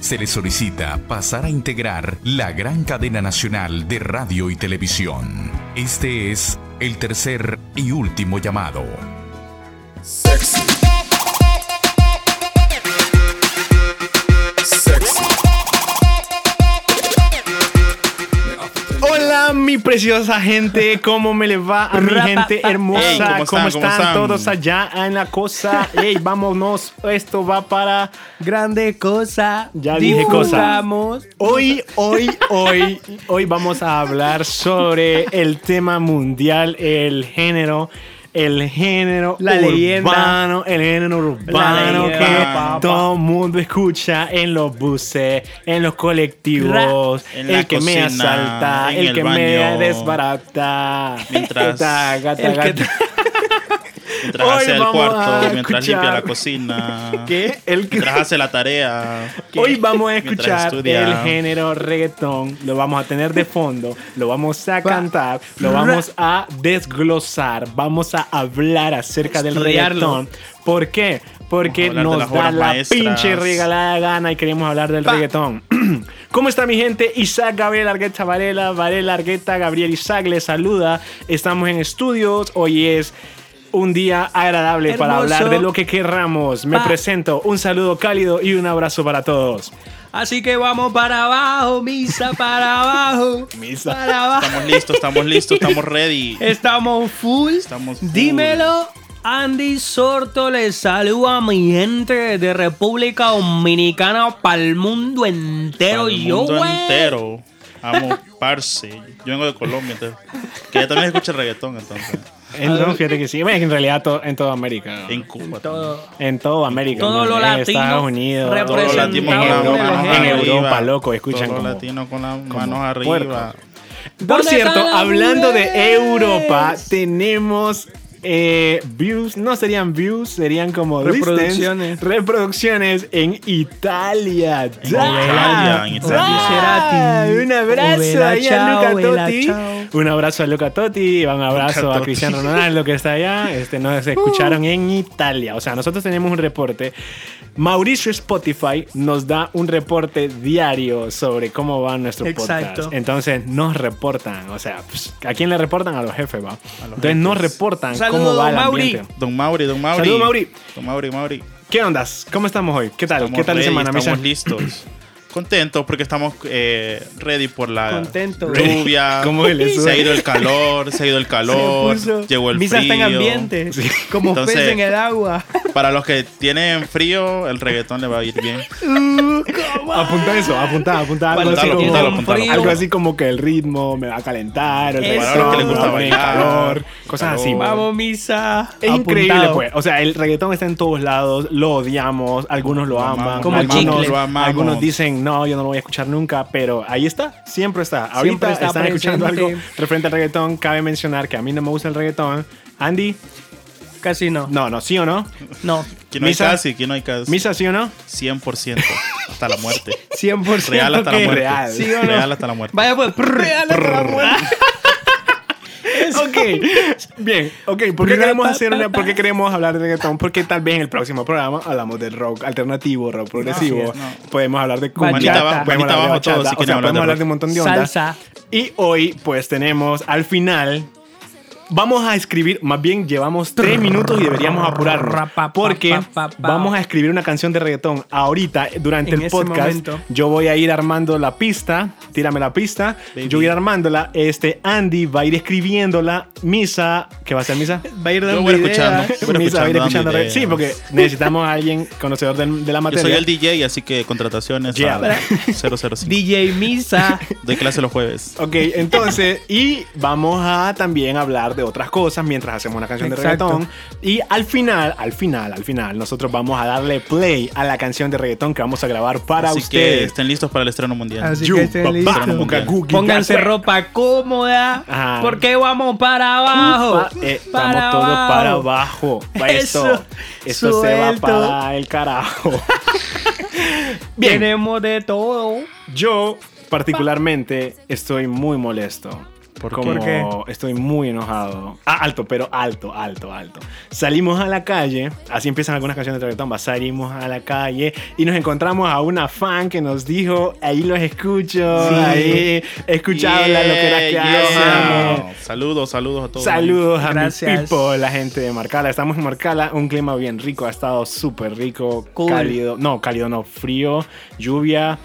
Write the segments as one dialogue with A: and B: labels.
A: se le solicita pasar a integrar la gran cadena nacional de radio y televisión. Este es el tercer y último llamado.
B: Sexy. Sexy.
C: Hola, mi preciosa gente, ¿cómo me le va a mi gente hermosa?
D: Ey, ¿cómo están?
C: ¿Cómo, están?
D: ¿Cómo están?
C: todos allá en la cosa? Ey, vámonos, esto va para grande cosa. Ya dije cosa.
E: Difundamos.
C: Hoy, hoy, hoy, hoy vamos a hablar sobre el tema mundial, el género. El género
E: La leyenda.
C: urbano, el género urbano
E: leyenda,
C: que
E: papá.
C: todo el mundo escucha en los buses, en los colectivos,
D: Ra. En la
C: el que me
D: cocina,
C: asalta,
D: en
C: el,
D: el
C: que me
D: baño.
C: desbarata.
D: Mientras-
C: Gata, gata,
E: El que-
C: gata.
D: Mientras
C: Hoy
D: hace el
C: vamos a
D: cuarto, mientras
C: escuchar.
D: limpia la cocina,
C: ¿Qué? El que-
D: mientras hace la tarea.
C: Hoy vamos a
D: Mientras
C: escuchar
D: estudia.
C: el género reggaetón, lo vamos a tener de fondo, lo vamos a cantar, lo vamos a desglosar, vamos a hablar acerca del
E: Estudiarlo.
C: reggaetón. ¿Por qué? Porque
D: Vamos a hablar de las
C: nos da
D: obras
C: la
D: maestras.
C: pinche regalada gana y queremos hablar del reggaetón. ¿Cómo está mi gente? Isaac Gabriel Argueta Varela, Varela Argueta Gabriel Isaac les saluda. Estamos en estudios, hoy es un día agradable para
E: Hermoso.
C: hablar de lo que querramos. Me
E: Pa.
C: presento, un saludo cálido y un abrazo para todos.
E: Así que vamos para abajo, misa, para abajo.
C: Misa.
E: Para abajo.
D: Estamos listos, estamos listos, estamos ready.
E: Estamos full.
D: Estamos full.
E: Dímelo. Andy Sorto les saluda a mi gente de República Dominicana para el mundo entero.
D: Para el
E: yo,
D: mundo
E: güey.
D: entero. Amo, parce. Yo vengo de Colombia, entonces. Que ella también escucha reggaetón, entonces.
C: En, no, fíjate que sí, bueno, en realidad to- en toda América.
D: En Cuba.
E: Todo.
C: En todo América.
E: Todo
C: man,
E: lo
C: en
E: latino
C: Estados Unidos.
D: Todos los
E: representado
C: en
D: latinos con las
C: Europa,
E: Presentado
D: manos
E: en
C: en
D: arriba.
C: Europa, loco, escuchan
D: Todos
C: como-
D: los latinos con las manos
C: puerco.
D: arriba.
C: Por
E: ¿Dónde
C: cierto,
E: están las
C: hablando de
E: mujeres?
C: Europa, tenemos eh, views, no serían views, serían como listens,
E: Reproducciones.
C: reproducciones en Italia.
D: Italia, en
C: ¡Ah!
E: Italia.
C: Un abrazo
E: Ovela,
C: ahí
E: chao,
C: a Luca
E: ovela,
C: Totti.
E: chao.
C: Un abrazo a Luca Totti, un abrazo
D: Luca
C: a
D: Totti.
C: Cristiano Ronaldo que está allá. Este, nos escucharon en Italia. O sea, nosotros tenemos un reporte. Mauricio Spotify nos da un reporte diario sobre cómo va nuestro
E: Exacto.
C: podcast. Entonces nos reportan, o sea, pues, ¿a quién le reportan? A los jefes, va. Entonces nos reportan
E: Saludos,
C: cómo va el
E: Mauri.
C: ambiente.
D: Don Mauri, don Mauri.
C: Saludos, Mauri.
D: Don Mauri, Mauri.
C: ¿Qué ondas? ¿Cómo estamos hoy? ¿Qué tal?
D: Estamos
C: ¿Qué tal la
D: ready,
C: semana,
D: Estamos
C: Misa?
D: listos. Contentos porque estamos eh, ready por la
E: Contento.
D: lluvia.
C: ¿Cómo le
D: se
C: sube?
D: ha ido el calor, se ha ido el calor, llegó el
E: Misa
D: frío.
E: está en ambiente,
C: Sí.
E: como
D: Entonces-
E: pez en el agua.
D: Para los que tienen frío, el reggaetón le va a ir bien.
C: Apunta eso, apunta, apunta. Algo,
D: Apuntalo,
C: así,
D: apuntalo,
C: como,
D: apuntalo.
C: algo así como que el ritmo me va a calentar, el
E: Eso.
C: reggaetón,
E: Que le gusta
C: me va a poner
D: bailar.
C: calor, cosas así.
D: Calor.
E: Vamos, Misa.
C: Es
E: Apuntado.
C: increíble, pues. O sea, el reggaetón está en todos lados, lo odiamos, algunos lo
D: Lo
C: aman,
D: amamos, Como
E: el
C: algunos,
E: chicle.
D: lo amamos.
C: algunos dicen, no, yo no lo voy a escuchar nunca, pero ahí está, siempre está. Ahorita
E: Siempre está
C: están escuchando
E: presente.
C: algo referente al reggaetón. Cabe mencionar que a mí no me gusta el reggaetón. Andy,
E: Casi no.
C: no, no, ¿sí o no?
E: No.
D: Aquí no hay
C: Misa.
D: casi, aquí no hay casi.
C: Misa, ¿sí o no?
D: 100%. Hasta la muerte.
E: 100%
D: Real hasta la
E: que-
D: muerte.
C: real.
E: ¿Sí o no?
D: Real hasta la muerte.
E: Vaya pues. Real hasta la muerte.
C: Ok, bien, ok, ¿por qué queremos hacer una, por qué queremos hablar de reggaetón? Porque tal vez en el próximo programa hablamos del rock alternativo, rock
D: Así
C: progresivo,
D: es, no.
C: podemos hablar de cumbia,
E: Manita abajo,
C: podemos
D: manita
C: hablar de
D: abajo todo,
C: bachata,
D: si
C: o sea,
D: quieren hablar
C: podemos
D: de
C: hablar
D: rock.
C: de un montón de ondas.
E: Salsa.
C: Y hoy, pues tenemos al final. Vamos a escribir, más bien llevamos tres minutos y deberíamos apurarnos.
E: Ra, pa, pa,
C: Porque
E: pa, pa, pa.
C: vamos a escribir una canción de reggaetón ahorita, durante
E: En
C: el
E: ese
C: podcast.
E: momento.
C: Yo voy a ir armando la pista, tírame la pista.
D: Baby.
C: Yo voy a ir armándola. Este Andy va a ir escribiéndola. Misa, ¿qué va a ser Misa?
E: Va a ir
D: Yo
E: dando
D: voy
E: ideas.
D: escuchando. Voy
C: Misa va a ir
D: escuchando,
C: escuchando.
D: dando
C: re- Sí,
D: ideas.
C: porque necesitamos a alguien conocedor del- de, la
D: Yo
C: materia.
D: soy el DJ, así que contrataciones
C: Yeah.
D: a 005.
E: DJ Misa.
D: Doy clase los jueves.
C: Ok, entonces, y vamos a también hablar de otras cosas mientras hacemos una canción
E: Exacto.
C: de reggaetón. Y al final, al final, al final, nosotros vamos a darle play a la canción de reggaetón que vamos a grabar para
D: Así que
E: este
C: ustedes.
D: estén listos para el estreno mundial.
E: Así
C: You,
E: que estén
C: papá,
E: listos.
C: uca,
D: Mundial.
C: guki,
E: Pónganse
C: gase.
E: ropa cómoda.
C: Ajá.
E: Porque vamos para abajo.
C: Ah. Eh,
E: Para
C: vamos todos para abajo. Esto,
E: Eso.
C: esto se va
E: Suelto.
C: para el carajo. Bien.
E: Tenemos de todo.
C: Yo particularmente estoy muy molesto.
D: ¿Por
C: como
D: qué?
C: estoy muy enojado. Ah, alto, pero alto, alto, alto. Salimos a la calle, así empiezan algunas canciones de reggaetón, va, salimos a la calle y nos encontramos a una fan que nos dijo, ahí los escucho,
E: Sí.
C: ahí he escuchado la
D: Yeah,
C: loquera que
D: yeah.
C: hacen.
D: Saludos, saludos a todos.
C: Saludos a mis
E: Gracias.
C: people, la gente de Marcala. Estamos en Marcala, un clima bien rico, ha estado súper rico,
E: Cool.
C: cálido, no, cálido no, frío, lluvia.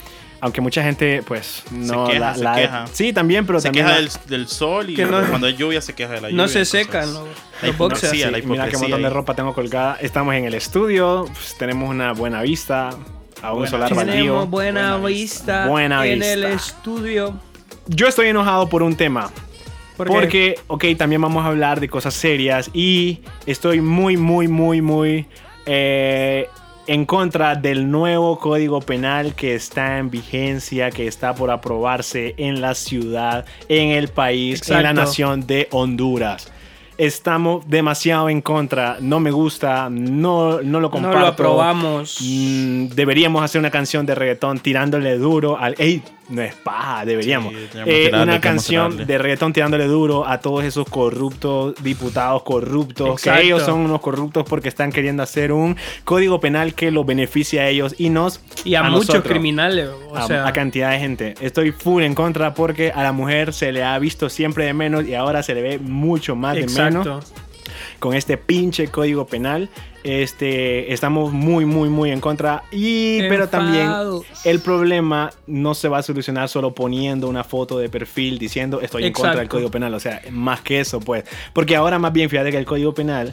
C: Aunque mucha gente, pues, no
D: queja,
C: la,
D: se
C: la-
D: queja.
C: Sí, también, pero
D: Se
C: también.
D: queja
C: la-
D: del, del sol y
E: Que no-
D: cuando hay lluvia se queja de la lluvia.
E: No se
D: entonces,
E: secan los,
D: la
E: los boxers.
D: hipocresía,
C: Sí,
D: la hipocresía
C: mira qué montón de
D: ahí.
C: ropa tengo colgada. Estamos en el estudio, pues, tenemos una buena vista a un
D: Buena
C: solar
D: vista.
E: Tenemos
C: baldío.
E: buena,
D: Buena
E: vista,
C: Buena
E: en
C: vista.
E: el estudio.
C: Yo estoy enojado por un tema.
E: ¿Por qué?
C: porque, ok, también vamos a hablar de cosas serias y estoy muy, muy, muy, muy eh, en contra del nuevo código penal que está en vigencia, que está por aprobarse en la ciudad, en el país, en la
E: Exacto.
C: nación de Honduras. Estamos demasiado en contra, no me gusta, no, no lo comparto.
E: no lo aprobamos.
C: Mm, deberíamos hacer una canción de reggaetón tirándole duro al. ¡Ey! No es paja, deberíamos.
D: Sí, tenemos
C: Eh,
D: que darle,
C: una
D: tenemos que
C: canción
D: darle.
C: de reggaetón tirándole duro a todos esos corruptos, diputados corruptos,
E: Exacto.
C: que ellos son unos corruptos porque están queriendo hacer un código penal que los beneficie a ellos y nos.
E: y a, muchos
C: nosotros,
E: criminales. O
C: a-
E: sea,
C: a cantidad de gente. Estoy full en contra porque a la mujer se le ha visto siempre de menos y ahora se le ve mucho más de menos
E: exacto.
C: con este pinche código penal. Este, estamos muy, muy, muy en contra. Y, pero también
E: Enfados.
C: el problema no se va a solucionar solo poniendo una foto de perfil diciendo estoy en contra del
E: Exacto.
C: código penal. O sea, más que eso, pues. Porque ahora más bien, fíjate que el código penal,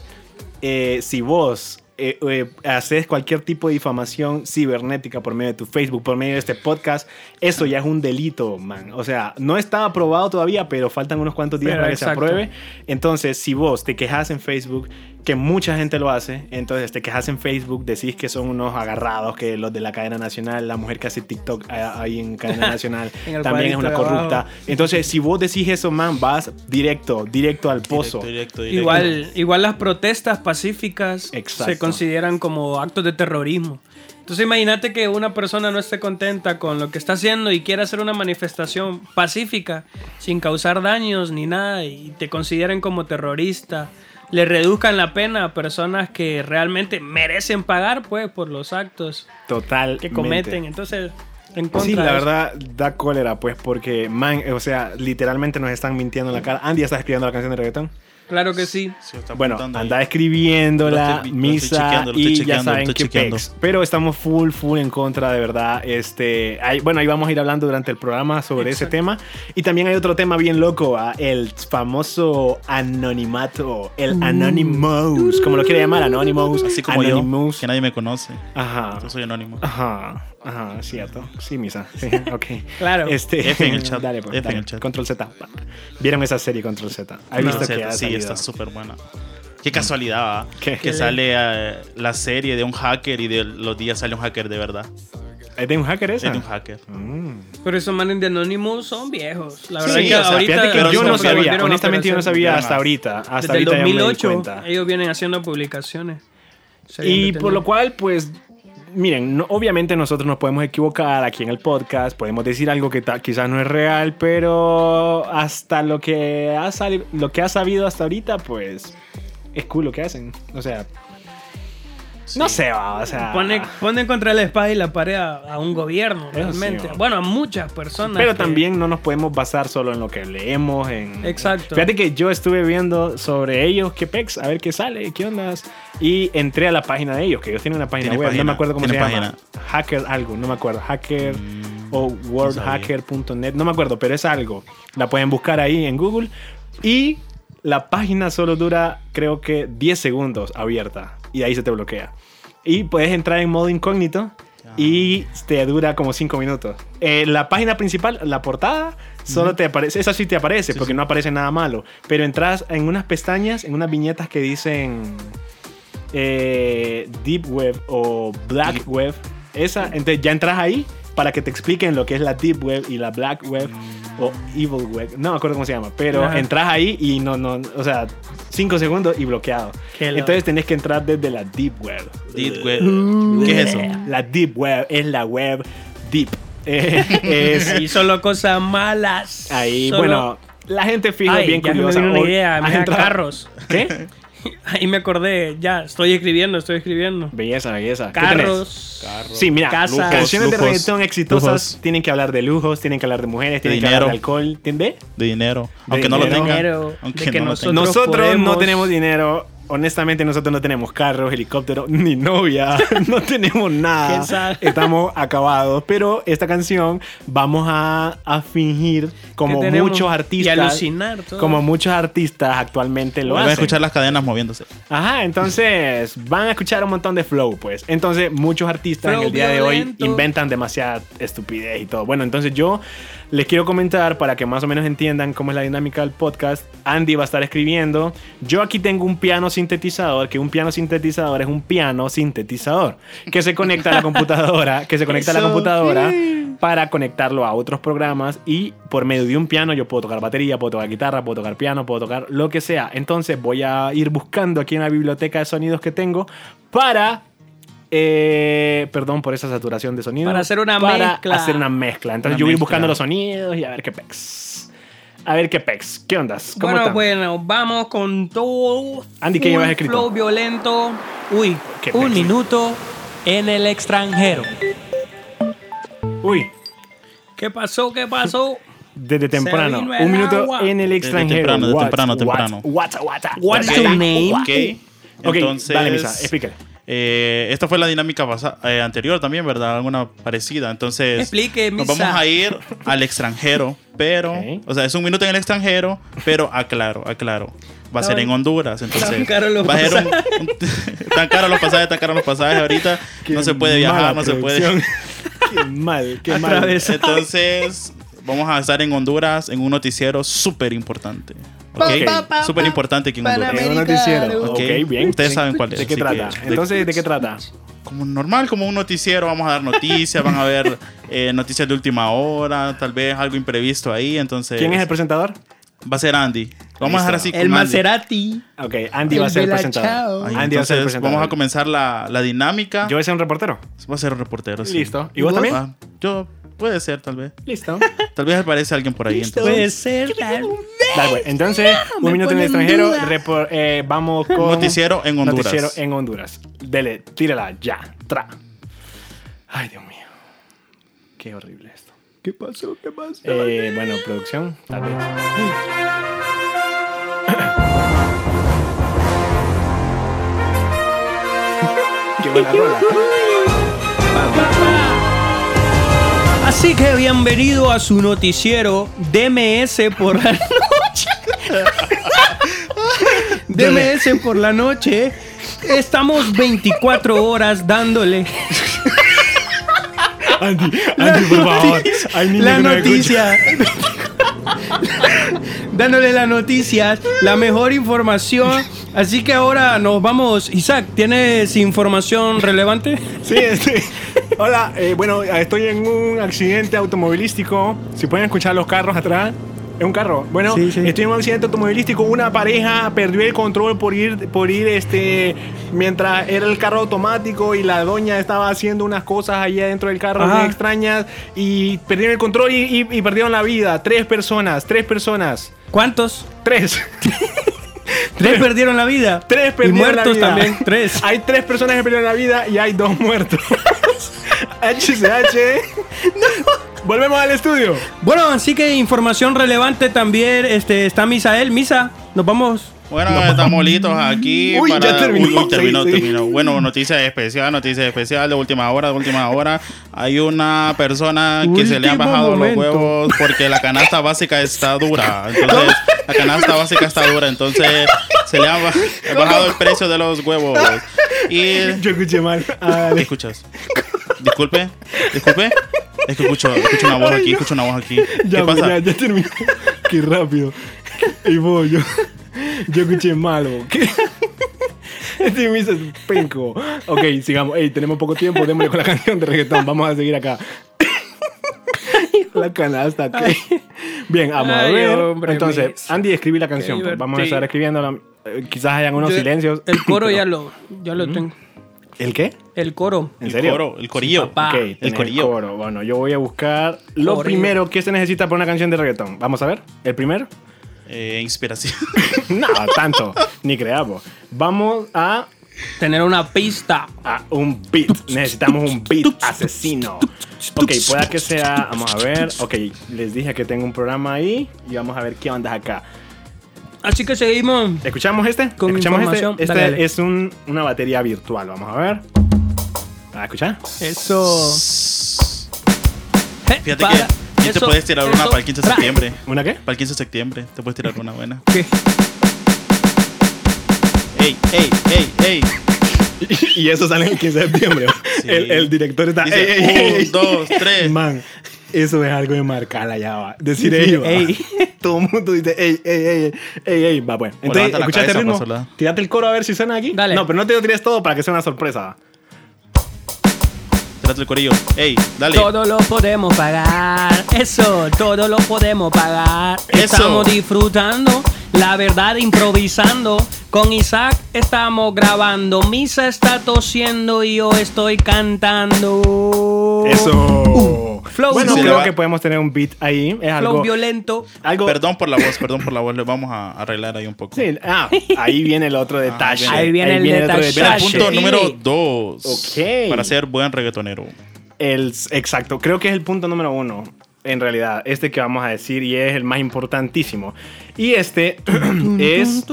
C: eh, si vos... eh, eh, haces cualquier tipo de difamación cibernética por medio de tu Facebook, por medio de este podcast, eso ya es un delito, man. O sea, no está aprobado todavía, pero faltan unos cuantos días
E: Pero
C: para
E: exacto.
C: que se apruebe. Entonces, si vos te quejas en Facebook, que mucha gente lo hace, entonces te quejas en Facebook, decís que son unos agarrados, que los de la cadena nacional, la mujer que hace TikTok a- ahí en cadena nacional,
E: En el
C: también es una
E: cuadrito de
C: corrupta.
E: abajo.
C: Entonces, si vos decís eso, man, vas directo, directo al pozo.
D: Directo, directo, directo.
E: Igual, igual las protestas pacíficas
C: Exacto.
E: se consideran como actos de terrorismo. Entonces imagínate que una persona no esté contenta con lo que está haciendo y quiera hacer una manifestación pacífica sin causar daños ni nada y te consideren como terrorista. Le reduzcan la pena a personas que realmente merecen pagar pues por los actos
C: Total.
E: que cometen. Entonces, en contra
C: Pues Sí,
E: de
C: la
E: eso.
C: verdad da cólera, pues, porque, man, eh, o sea, literalmente nos están mintiendo en la cara. Andy, ¿estás escribiendo la canción de reggaetón?
E: Claro que sí.
D: Sí, está
C: Bueno,
D: apuntando ahí.
C: anda escribiéndola,
D: Lo estoy- lo estoy
C: misa
D: chequeando, lo estoy
C: y ya
D: chequeando, lo
C: saben
D: estoy
C: que
D: chequeando.
C: pex. Pero estamos full, full en contra, de verdad. Este, ahí- bueno, ahí vamos a ir hablando durante el programa sobre ese
E: Exacto.
C: tema. Y también hay otro tema bien loco, ah, el famoso anonimato,
E: Mm.
C: el anonymous, como lo quiere llamar, anonymous.
D: Así como
C: anonymous. Ah,
D: yo, que nadie me conoce.
C: Ajá.
D: Yo soy anónimo.
C: Ajá, ajá, cierto. Sí, misa. Sí, ok.
E: Claro.
C: Este,
D: F en el chat,
C: Dale, pues,
D: F en
C: dale.
D: el chat.
C: Control Z. pa. ¿Vieron esa serie Control Z? ¿Has
E: No.
C: visto que ha
D: sí,
C: salido?
D: está súper buena. Qué casualidad, ¿va?
C: ¿Qué?
D: Que sale eh, la serie de un hacker y de los días sale un hacker de verdad.
C: ¿Es de un hacker esa?
D: Es de un hacker.
C: Mm.
E: Pero esos manes de Anonymous son viejos. La
C: La
E: verdad
C: verdad
E: es
C: que
E: que
D: o sea,
E: ahorita
C: fíjate que
D: pero
C: yo
D: se
C: no
D: volvieron a
C: sabía, honestamente yo no sabía
D: volvieron
C: hasta
D: a-
C: ahorita, hasta
E: Desde el
C: ahorita ya me di
E: 2008
C: cuenta.
E: ellos vienen haciendo publicaciones.
C: Y por lo cual, pues, miren, no- obviamente nosotros nos podemos equivocar aquí en el podcast, podemos decir algo que ta- quizás no es real, pero hasta lo que ha sali- lo que ha sabido hasta ahorita, pues, es cool lo que hacen. O sea, no sé, va, o sea,
E: Pone, pone contra la espada y la pared a, a un gobierno,
C: Eso sí,
E: realmente.
C: va.
E: bueno, a muchas personas.
C: pero
E: que-
C: también no nos podemos basar solo en lo que leemos, en
E: Exacto.
C: Fíjate que yo estuve viendo sobre ellos, qué pex, a ver qué sale, qué ondas. Y entré a la página de ellos, que ellos tienen una página
D: Tienen
C: web, no
D: página,
C: me acuerdo cómo se
D: tienen
C: llama. Hacker algo, no me acuerdo. Hacker
D: Mm.
C: o worldhacker.net, no me acuerdo, pero es algo. La pueden buscar ahí en Google. Y la página solo dura, creo que 10 segundos abierta. Y ahí se te bloquea. Y puedes entrar en modo incógnito. Y te dura como 5 minutos. Eh, la página principal, la portada, solo te aparece. Esa sí te aparece, porque no aparece nada malo. Pero entras en unas pestañas, en unas viñetas que dicen eh, Deep Web o Black Web. Esa, entonces ya entras ahí para que te expliquen lo que es la Deep Web y la Black Web o Evil Web. No me acuerdo cómo se llama, pero
E: Mm. Ajá.
C: entras ahí y no, no, o sea, 5 segundos y bloqueado.
E: Qué loco.
C: Entonces tenés que entrar desde la Deep Web.
D: Did
C: Uh.
D: we- ¿Qué es eso?
C: La Deep Web es la web Deep. Eh, es-
E: Y solo cosas malas.
C: Ahí,
E: Solo
C: bueno, La gente fija
E: Ay,
C: es bien
E: ya se me
C: curiosa.
E: vino una
C: Hoy
E: idea,
C: has
E: mira,
C: entrado-
E: carros.
C: ¿Qué?
E: Ahí me acordé, ya, estoy escribiendo, estoy escribiendo.
C: Belleza, belleza. ¿Qué tenés?
E: Carros.
C: Sí, mira,
E: casas,
C: lujos, canciones de
D: lujos,
C: reggaetón exitosas
D: lujos.
C: tienen que hablar de lujos, tienen que hablar de mujeres, tienen que
D: dinero.
C: hablar de alcohol, ¿entiendes?
D: De dinero.
C: De
D: aunque no
C: dinero.
D: lo
E: Dinero,
D: tengan.
E: de
D: Aunque
E: que
D: no lo
E: nosotros-
D: tengan.
E: No,
C: Nosotros no
E: podemos-
C: tenemos dinero. Honestamente, nosotros no tenemos carros, helicóptero, ni novia. no tenemos
E: ¿Quién
C: nada.
E: sabe?
C: Estamos acabados. Pero esta canción vamos a, a fingir como
E: Que tenemos-
C: muchos artistas.
E: y alucinar todo.
C: Como muchos artistas actualmente lo
D: Van a
C: hacen.
D: escuchar las cadenas moviéndose.
C: Ajá, entonces van a escuchar un montón de flow, pues. Entonces, muchos artistas
E: Flow
C: en el día de
E: violento.
C: hoy inventan demasiada estupidez y todo. Bueno, entonces yo les quiero comentar para que más o menos entiendan cómo es la dinámica del podcast. Andy va a estar escribiendo. Yo aquí tengo un piano sintetizador, que un piano sintetizador es un piano sintetizador que se conecta a la computadora, que se conecta a la
D: Eso,
C: computadora para conectarlo a otros programas y por medio de un piano yo puedo tocar batería, puedo tocar guitarra, puedo tocar piano, puedo tocar lo que sea. Entonces voy a ir buscando aquí en la biblioteca de sonidos que tengo para... eh, perdón por esa saturación de sonido.
E: Para hacer una
C: para
E: mezcla.
C: hacer una mezcla. Entonces
D: Una
C: yo voy a ir
D: mezcla.
C: buscando los sonidos y a ver qué pex. A ver qué pex. ¿Qué ondas? ¿Cómo
E: Bueno, pues,
C: están?
E: bueno, vamos con todo.
C: Andy, ¿qué
E: Full
C: llevas escrito?
E: Flow violento. Uy,
C: Qué
E: un
C: pez.
E: minuto en el extranjero.
C: Uy,
E: ¿Qué pasó? ¿Qué pasó?
C: desde temprano.
E: vino el
C: Un minuto
E: agua.
C: en el extranjero.
D: temprano, desde
C: What,
D: temprano,
C: what,
D: temprano.
C: what, what, what,
E: What's
C: what,
E: your
C: what,
E: name?
C: what.
D: Ok.
C: Ok,
D: Entonces.
C: dale, Misa, explícale.
D: eh, esta fue la dinámica basa- eh, anterior también, ¿verdad? Alguna parecida. Entonces.
E: Explique,
D: Nos
E: Misa.
D: vamos a ir al extranjero, pero.
C: Ok.
D: O sea, es un minuto en el extranjero, pero aclaro, aclaro. Va a ser
E: Tan-
D: en Honduras, entonces.
E: tan caro los
D: va a ser un- un- tan caro los pasajes, tan caro los pasajes. Ahorita no se puede viajar, no se puede.
C: qué mal, qué mal.
E: Atravesar.
D: Entonces, vamos a estar en Honduras en un noticiero súper importante. ¿ok?
C: Pa, pa,
E: pa,
D: Súper importante aquí en Honduras.
C: Es un noticiero.
D: Ok,
C: Ok, bien.
D: Ustedes saben cuál es.
C: ¿De qué
D: así
C: trata?
D: que- de-
C: Entonces, ¿de qué trata?
D: como normal, como un noticiero, vamos a dar noticias, van a haber eh, noticias de última hora, tal vez algo imprevisto ahí, entonces...
C: ¿Quién es el presentador?
D: Va a ser Andy. Lo Vamos a dejar así con
E: El
D: Andy.
E: Maserati.
C: Ok, Andy
E: El
C: va a ser el
E: de la
C: presentador.
E: Chao.
D: Ahí,
C: Andy va a ser el
D: entonces,
C: presentador.
D: vamos a comenzar la, la dinámica.
C: Yo voy a ser un reportero.
D: Voy a ser un reportero, sí.
C: Listo. ¿Y vos también?
D: Ah, yo, puede ser, tal vez.
C: Listo.
D: Tal vez aparece alguien por ahí. entonces.
E: Puede ser. tal-
C: Dale, pues. Entonces, un
E: Me
C: minuto en el
E: pone en
C: extranjero.
E: duda.
C: repor- eh, vamos con.
D: Noticiero en Honduras.
C: Noticiero en Honduras. Dele, tírala ya. Tra. Ay, Dios mío. Qué horrible esto.
E: ¿Qué pasó? ¿Qué pasó?
C: Eh, bueno, producción, tal vez. Qué buena rola.
E: Así que bienvenido a su noticiero DMS por la noche. DMS por la noche. Estamos 24 horas dándole
C: Andy, Andy, por favor. Hay niños
E: la
C: que no me escuchan.
E: noticia. dándole las noticias, la mejor información. Así que ahora nos vamos. Isaac, ¿tienes información relevante?
C: Sí, este, Hola, eh, bueno, estoy en un accidente automovilístico. Si pueden escuchar los carros atrás. Es un carro. Bueno,
E: Sí, sí.
C: estoy en un accidente automovilístico. Una pareja perdió el control por ir, por ir, este, mientras era el carro automático y la doña estaba haciendo unas cosas allá dentro del carro
E: Ajá.
C: bien extrañas y perdieron el control y, y- y perdieron la vida. Tres personas, tres personas,
E: ¿Cuántos?
C: tres.
E: Tres perdieron la vida. Ah.
C: Tres
E: Y
C: perdieron
E: muertos
C: la vida.
E: también. Tres.
C: Hay tres personas que perdieron la vida y hay dos muertos. HCH. Volvemos al estudio.
E: Bueno, así que información relevante también este, está Misael. Misa, nos vamos.
D: Bueno, estamos listos aquí.
C: Uy, ya terminó.
D: Uy, uy, terminó,
C: Sí, sí.
D: terminó. Bueno, noticia especial, noticia especial de última hora, de última hora. Hay una persona que se le han
E: Último
D: bajado
E: momento.
D: los huevos porque la canasta básica está dura. Entonces, la canasta básica está dura. Entonces, se le han ba- bajado el precio de los huevos. Y.
C: Yo escuché mal. Ah,
D: ¿Qué escuchas? Disculpe, disculpe. Es que escucho, escucho una voz aquí, escucho una voz aquí. ¿Qué
C: ya, pues, ya,
D: pasa?
C: ya terminó. Qué rápido. Y voy yo. Yo escuché mal. bo. ¿Qué? Este me hizo penco. Ok, sigamos. Ey, tenemos poco tiempo. Démosle con la canción de reggaetón. Vamos a seguir acá. La canasta, ¿qué? Bien, vamos a
E: Ay,
C: ver.
E: hombre,
C: Entonces,
E: mis.
C: Andy, escribí la canción. pues. Vamos a
E: divertido.
C: estar escribiéndola. Eh, Quizás hayan unos
E: Yo-
C: silencios.
E: El coro
C: pero-
E: ya lo, ya lo tengo.
C: ¿El qué?
E: El coro.
C: ¿En
D: El
C: serio?
D: coro, el corillo.
E: papá.
C: Ok,
E: Ah,
C: tenés el
D: corillo.
C: coro. Bueno, yo voy a buscar lo
E: Corillo.
C: primero que se necesita para una canción de reggaetón. Vamos a ver. El primero.
D: eh, inspiración.
C: No, tanto, ni creamos. Vamos a,
E: Tener una pista.
C: a un beat. Necesitamos un beat asesino. Ok, pueda que sea. Vamos a ver. Ok, les dije que tengo un programa ahí y vamos a ver qué onda acá.
E: Así que seguimos.
C: ¿Escuchamos este?
E: Con
C: ¿Escuchamos
E: información,
C: este? Este
E: dale, dale.
C: es un- una batería virtual. Vamos a ver. ¿A escuchar?
E: Eso.
C: Oh.
E: Eh,
D: Fíjate
E: para.
D: que ya te
E: Eso,
D: puedes tirar una
E: eso,
D: para el 15 de
E: tra-
D: septiembre.
C: ¿Una qué?
D: Para el 15 de septiembre te puedes tirar una buena.
E: ¿Qué?
D: ¡Ey, ey, ey, ey!
C: Y eso sale el 15 de septiembre. El, el director está.
D: Dice,
C: "Ey, ey, ey, ey".
D: un, dos, tres.
C: Man, eso es algo de marcar la llave. Decir, ey, va.
E: Ey.
C: Todo el mundo dice, ey, ey, ey, ey, ey. Va, bueno. Entonces,
D: levanta la
C: escuchaste el
D: cabeza,
C: ritmo.
D: Pasola.
C: Tírate el coro a ver si suena aquí.
E: Dale.
C: No, pero no te lo tires todo para que sea una sorpresa.
D: Trate el corillo. ¡Ey, dale!
E: Todo lo podemos pagar. Eso, todo lo podemos pagar.
D: Eso.
E: Estamos disfrutando, la verdad improvisando. Con Isaac estamos grabando. Misa está tosiendo y yo estoy
D: Oh.
E: cantando.
D: Uh,
C: Eso.
E: Flow.
C: Bueno,
D: Sí, le
C: creo
D: va.
C: que podemos tener un beat ahí. Es
E: Flow
C: algo.
E: violento.
C: algo
D: Perdón por la voz, perdón por la voz. Le vamos a arreglar ahí un poco.
C: Sí, ah, ahí viene el otro detalle.
D: viene-
E: Ahí viene el
C: otro
E: detalle.
D: Ah, Mira,
E: Tache.
D: punto
E: Dile.
D: número dos.
C: Ok.
D: Para ser buen reggaetonero.
C: El, exacto, creo que es el punto número uno, en realidad, este que vamos a decir y es el más importantísimo. Y este es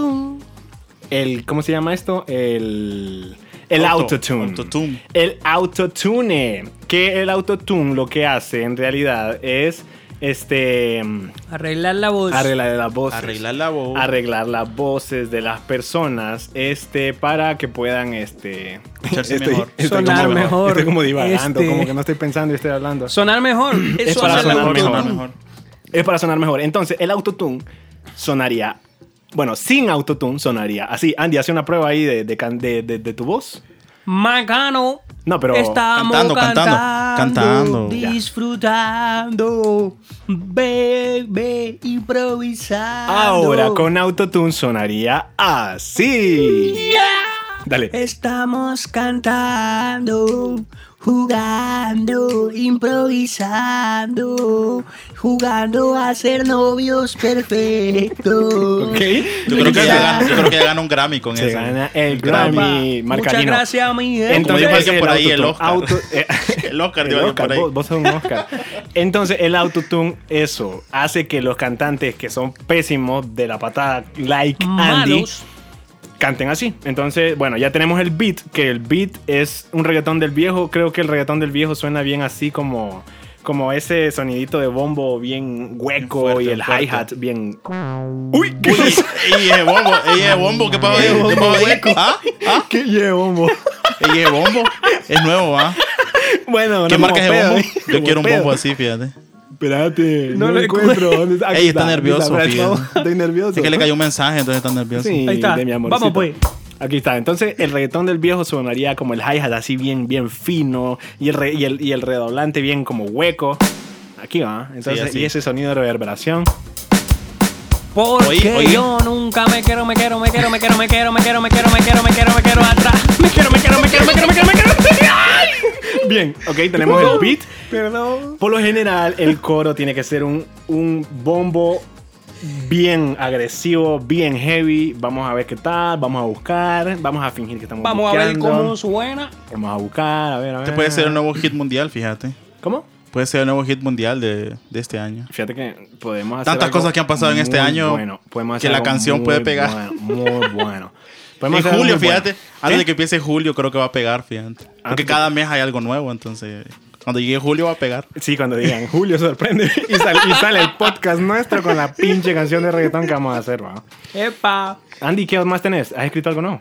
C: el, ¿cómo se llama esto? El, el
D: Auto-
C: autotune.
D: autotune.
C: El autotune, que el autotune lo que hace en realidad es, este,
E: Arreglar la voz.
C: arreglar las voces.
D: Pues, Arreglar la voz.
C: Arreglar las voces de las personas, este, para que puedan, este...
D: Escucharse mejor.
C: estoy
E: Sonar
C: como-
E: mejor.
C: Estoy como divagando,
E: Este-
C: como que no estoy pensando y estoy hablando.
E: Sonar mejor. Eso
C: para
E: hace la
C: sonar
E: voz.
C: mejor.
D: Sonar mejor.
C: Es para sonar mejor. Entonces, el autotune sonaría. Bueno, sin autotune sonaría así. Andy, hace una prueba ahí de, de can- de- de- de tu voz.
E: Macano.
C: No, pero-
E: Estamos
D: Cantando, cantando, cantando.
C: Ya.
E: Disfrutando. Bebé, improvisando.
C: Ahora con autotune sonaría así. Dale.
E: Estamos cantando, jugando, improvisando, jugando a ser novios perfectos.
D: Yo creo,
C: Ok.
D: que
E: Escuchaste.
D: ya gana, yo creo que ya gana un Grammy con
C: Se
D: eso.
C: gana el
D: Grammy.
C: Grammy.
E: Muchas
C: Marcarino.
E: gracias, mi gente.
D: Como dijo
C: Entonces,
D: alguien por ahí, el
C: autotune-
D: Oscar.
C: auto- eh,
D: El Oscar,
C: El
D: digo, alguien
C: Oscar,
D: por ahí.
C: vos, vos sos un Oscar. Entonces, el autotune, eso, hace que los cantantes que son pésimos de la patada, like Andy,
E: Malos.
C: canten así. Entonces, bueno, ya tenemos el beat, que el beat es un reggaetón del viejo. Creo que el reggaetón del viejo suena bien así como, como ese sonidito de bombo bien hueco
D: Fuerte,
C: y el
D: fuerte.
C: hi-hat bien... ¡Uy! ¿Qué es
D: Ey, eh, bombo, ey, eh, bombo, ¿qué pasa ahí? ¿Qué pasa ahí? ¿Ah? ¿Ah?
C: ¿Qué lleva bombo?
D: Ey, eh, bombo, es nuevo, ¿ah?
C: Bueno,
D: ¿Qué
C: no,
D: marca
C: como
D: es el
C: pedo,
D: bombo?
C: ¿eh?
D: Yo
C: Como
D: quiero un
C: pedo.
D: bombo así, fíjate.
C: Espérate,
E: No
C: no,
E: lo
C: lo encuentro. ¿Dónde Aquí
D: Ey, está nervioso,
C: Aquí por
D: Fidel.
C: favor, Estoy nervioso.
D: Es que le cayó un mensaje, entonces está nervioso.
C: Sí,
E: Ahí está.
C: de mi amorcito.
E: Vamos, pues.
C: Aquí está. Entonces, el reggaetón del viejo sonaría como el hi-hat así bien, bien fino y el, re- y el, y el redoblante bien como hueco. Aquí va. Entonces,
D: así.
C: y ese sonido de reverberación.
E: Porque
D: Oí, oí.
E: yo nunca me quiero, me quiero, me quiero, me quiero, me quiero, me quiero, me quiero, me quiero, me quiero, me quiero atrás. Me quiero, me quiero, me quiero, me quiero, me quiero, me quiero. ¡Ay!
C: Bien, ok, tenemos el beat.
E: Perdón.
C: Por lo general, el coro tiene que ser un, un bombo bien agresivo, bien heavy. Vamos a ver qué tal, vamos a buscar, vamos a fingir que estamos
E: Vamos a ver
C: buscando.
E: cómo suena.
C: Vamos a buscar, a ver, a ver.
D: Este puede ser el nuevo hit mundial, fíjate.
C: ¿Cómo?
D: Puede ser el nuevo hit mundial de, de este año.
C: Fíjate que podemos hacer
D: Tantas
C: algo
D: cosas que han pasado en este
C: muy
D: año
C: bueno. Podemos hacer
D: que la
C: algo
D: canción
C: muy
D: puede pegar.
C: bueno, muy bueno. Podemos
D: En
C: hacer algo
D: julio,
C: muy bueno.
D: fíjate. Antes
C: ¿Sí? Ah,
D: de que empiece julio, creo que va a pegar, fíjate. Porque
C: de-
D: cada mes hay algo nuevo, entonces. Cuando llegue julio va a pegar.
C: Sí, cuando digan Julio sorprende y sale, y sale el podcast nuestro con la pinche canción de reggaetón que vamos a hacer, va.
E: Epa.
C: Andy, ¿qué más tenés? ¿Has escrito algo nuevo?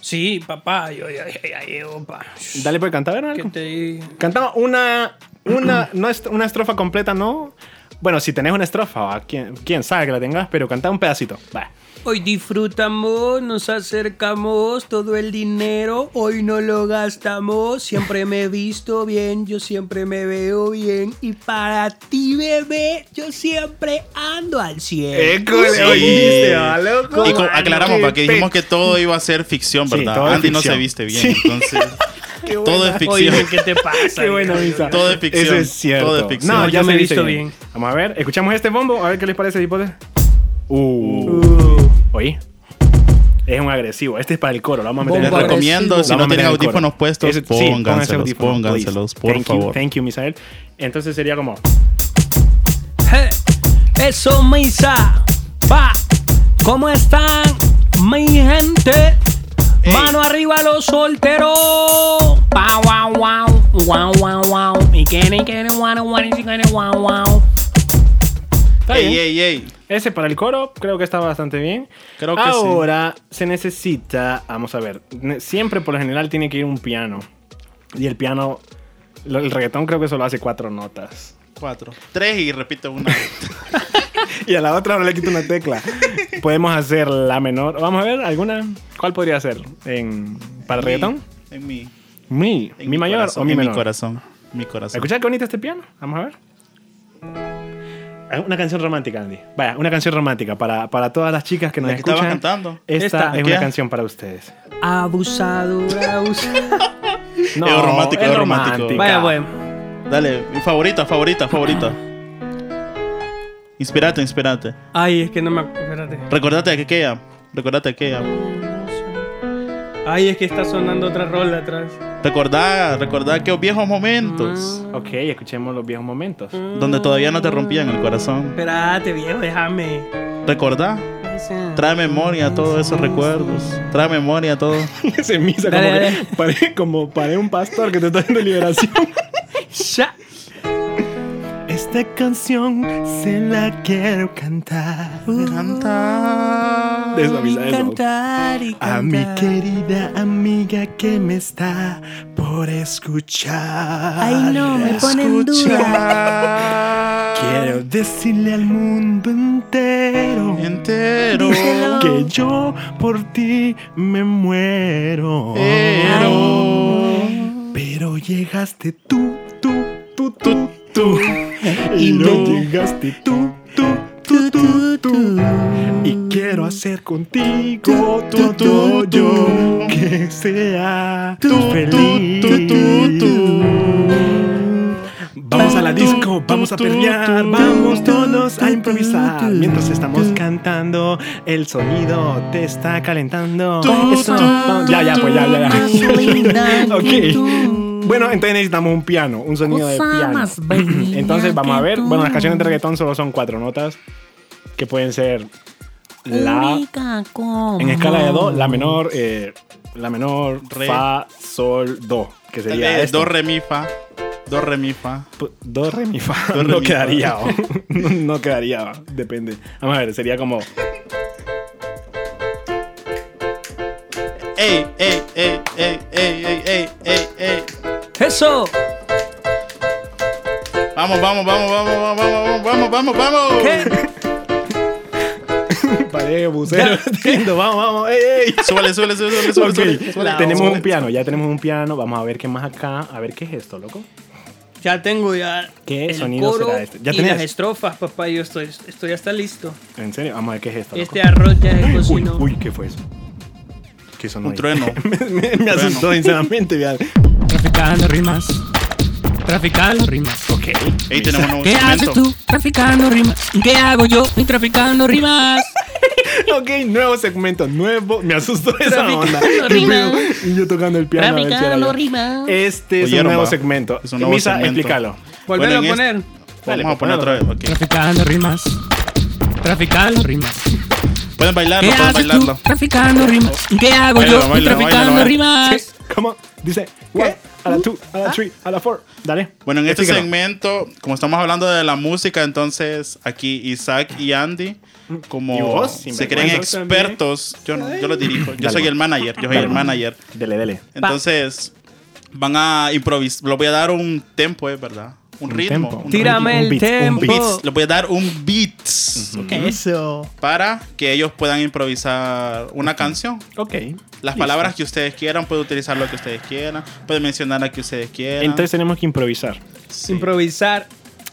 E: Sí, papá, yo ya, ya- ya llevo, pa.
C: Dale por cantar, ¿verdad?
E: ¿Qué te dije?
C: Cantamos una, una, no es una estrofa completa, ¿no? Bueno, si tenés una estrofa, va, quién, quién sabe que la tengas, pero canta un pedacito. Va.
E: Hoy disfrutamos, nos acercamos, todo el dinero hoy no lo gastamos. Siempre me he visto bien, yo siempre me veo bien. Y para ti, bebé, yo siempre ando al cielo.
C: École,
D: Sí.
C: oíste, va, loco.
D: Y co- aclaramos,
C: Qué
D: porque dijimos
C: pe-
D: que todo iba a ser ficción,
C: Sí,
D: ¿verdad?
C: todo es
D: Andy no
C: ficción.
D: se viste bien,
C: Sí.
D: entonces. todo es ficción.
E: ¿qué te pasa?
C: Qué buena misa.
D: Todo es ficción.
C: Eso es cierto.
D: Todo es ficción.
C: No,
E: Yo
C: ya
E: me
C: me
E: he
C: he visto
E: visto
C: bien. Vamos a ver, escuchamos este bombo, a ver qué les parece, hipótesis. Uh.
E: Uh,
C: Oí. Es un agresivo. Este es para el coro. Lo vamos a
D: Les
C: meter en el coro.
D: recomiendo, si
C: Lo vamos a
D: no
C: meter
D: tienen
C: en el coro.
D: audífonos puestos,
C: Ese- sí, pónganse
D: pónganselos,
C: audífonos,
D: pónganselos,
C: please.
D: por
C: Thank you,
D: favor.
C: thank you, Misael. Entonces sería como.
E: eh, Eso, misa. Pa. ¿Cómo están, mi gente? Mano arriba los solteros. Pa, wow, wow. Wow, wow, wow. Y que ni que ni guano, guano, y que ni guau, guau.
C: Está bien.
D: Ey, ey, ey.
C: Ese para el coro creo que está bastante bien.
D: Creo que sí.
C: Ahora se necesita, vamos a ver, ne- siempre por lo general tiene que ir un piano. Y el piano, lo- el reggaetón creo que solo hace cuatro notas.
D: Cuatro. Tres y repito una.
C: Y a la otra no le quito una tecla. Podemos hacer la menor. Vamos a ver, ¿alguna? ¿Cuál podría ser? En, ¿Para el reggaetón?
D: En mi,
C: Mi.
D: en
C: ¿Mi mayor
D: corazón,
C: o mi
D: en
C: menor?
D: mi corazón. Mi corazón.
C: Escucha qué bonito este piano. Vamos a ver. Ah, Una canción romántica, Andy. Vaya, una canción romántica para, para todas las chicas que nos
D: La que
C: escuchan.
D: estaba cantando.
C: Esta,
E: Esta.
C: es
D: ¿Qué?
C: una canción para ustedes.
E: Abusadora, abusadora.
D: Es romántico, es romántico.
C: romántica.
E: Vaya, pues. bueno.
D: Dale, mi favorita, favorita, favorita. Inspirate, inspirate.
E: Ay, es que no me acu- espérate.
D: Recordate que aquella. Recordate aquella.
E: Ay, es que está sonando otra rola atrás.
D: Recordá, recordá aquellos viejos momentos.
C: Ok, escuchemos los viejos momentos.
D: Donde todavía no te rompían el corazón.
E: Espérate, viejo, déjame.
D: Recordá. Trae memoria a todos esos recuerdos. Trae memoria a todo.
C: Se me hizo
E: Dale,
C: como,
E: dale.
C: que pare- como pare un pastor que te está dando liberación.
E: Ya.
C: Esta canción se la quiero cantar.
D: Cantar.
C: Eso, Misael, ¿no?
E: Cantar y cantar.
C: A mi querida amiga que me está por escuchar.
E: Ay, no, me pone en duda.
C: Quiero decirle al mundo entero
D: Entero.
E: Díselo.
C: que yo por ti me muero.
D: Pero.
C: Pero llegaste tú, tú, tú, tú, tú. Y no llegaste tú, tú, tú, tú, tú. Y quiero hacer contigo
D: Tú, tú,
C: todo
D: tú.
C: yo que sea
D: Tú,
C: feliz.
D: tú, tú, tú, tú.
C: Vamos a la
D: Tú,
C: disco,
D: tú,
C: vamos a
D: tú,
C: pelear,
D: tú,
C: vamos
D: tú,
C: todos a
D: tú,
C: improvisar.
D: tú,
C: Mientras estamos
D: tú.
C: cantando, el sonido te está calentando.
D: Tú,
C: Eso,
D: tú,
C: vamos- ya, ya, pues ya, ya, ya. ok. Bueno, entonces necesitamos un piano, un sonido de piano. Entonces vamos a ver. Bueno, las canciones de reggaetón solo son cuatro notas que pueden ser la en escala de do, la menor, eh, la menor,
D: Re.
C: fa, sol, do, que sería este.
D: Eh,
C: esto.
D: Do, re, mi, fa. Do, re, mi, fa.
C: P- Do, Pues, re, mi, fa.
D: Do, re,
C: no
D: mi, fa.
C: quedaría. o- no, no quedaría. o, Depende. Vamos a ver, sería como.
D: Ey, ey, ey, ey, ey, ey, ey, ey, ey.
E: Eso.
D: Vamos, vamos, vamos, vamos, vamos, vamos, vamos, vamos, vamos.
E: ¿Qué?
C: Paré, bucero. Lindo, vamos, vamos. ey, ey.
D: Súbale, súbale, súbale, súbale,
C: Ok,
D: súbale, súbale.
C: tenemos
D: súbale.
C: un piano, ya tenemos un piano. Vamos a ver qué más acá. A ver qué es esto, loco.
E: Ya tengo ya.
C: ¿Qué
E: el
C: sonido
E: coro
C: será este? Ya
E: y
C: tenés.
E: las estrofas, papá. Yo estoy, estoy hasta listo.
C: En serio, vamos a ver qué es esto.
E: Este
C: loco.
E: arroz ya se
F: pues,
C: uy,
E: cocinó.
C: uy, ¿qué fue eso? ¿Qué sonó?
D: Un
C: ahí?
D: trueno.
C: me, me- me asustó, sinceramente. vean.
F: Traficando rimas. Traficando rimas.
C: Ok.
D: Ahí tenemos un
F: ¿Qué haces
D: instrumento.
F: tú? Traficando rimas. ¿Qué hago yo? Y traficando rimas.
C: Ok, nuevo segmento, nuevo. Me asustó esa
E: Traficando
C: onda.
E: rimas.
C: Y yo tocando el piano. a ver si era
F: Traficando
C: yo.
F: rimas.
C: Este es un
D: Oyeron,
C: nuevo
D: va.
C: segmento.
D: Es un nuevo
C: Misa,
D: segmento.
C: explícalo.
E: Volverlo
D: Bueno,
E: a
D: en
E: poner.
C: Dale,
D: Vamos a poner otra
C: ponelo.
D: vez. ok.
F: Traficando rimas. Traficando rimas.
D: Pueden
F: ¿Qué
D: bailarlo, pueden
F: haces tú?
D: bailarlo.
F: Traficando rimas. ¿Qué hago
D: Baila,
F: yo? Y
D: baila,
F: traficando
D: baila,
E: Ah,
F: rimas.
C: ¿Cómo? Dice, what? A
E: ¿Mm?
C: la 2, a la 3, a la 4. Dale.
D: Bueno, en este
C: Explícalo.
D: segmento, como estamos hablando de la música, entonces aquí Isaac y Andy,
C: ¿Y
D: como
C: vos?
D: se
C: Sinvergüenza
D: creen
C: también.
D: expertos, yo no, yo los dirijo, yo
C: Dale,
D: soy
C: va.
D: el manager, yo soy
C: Dale,
D: el
C: va.
D: manager.
C: Dele, dele.
D: Entonces, van a improvisar, les voy a dar un tempo, es verdad, un ritmo,
C: tempo,
D: un
C: Tira
D: ritmo,
E: Tírame
C: Un
E: el
C: beat, un
D: un
E: tempo.
D: beats, les voy a dar un beats
E: Eso.
D: para que ellos puedan improvisar una canción.
C: Ok.
D: Las
C: Listo.
D: palabras que ustedes quieran, pueden utilizar lo que ustedes quieran, pueden mencionar la que ustedes quieran.
C: Entonces tenemos que improvisar.
D: Sí.
E: Improvisar.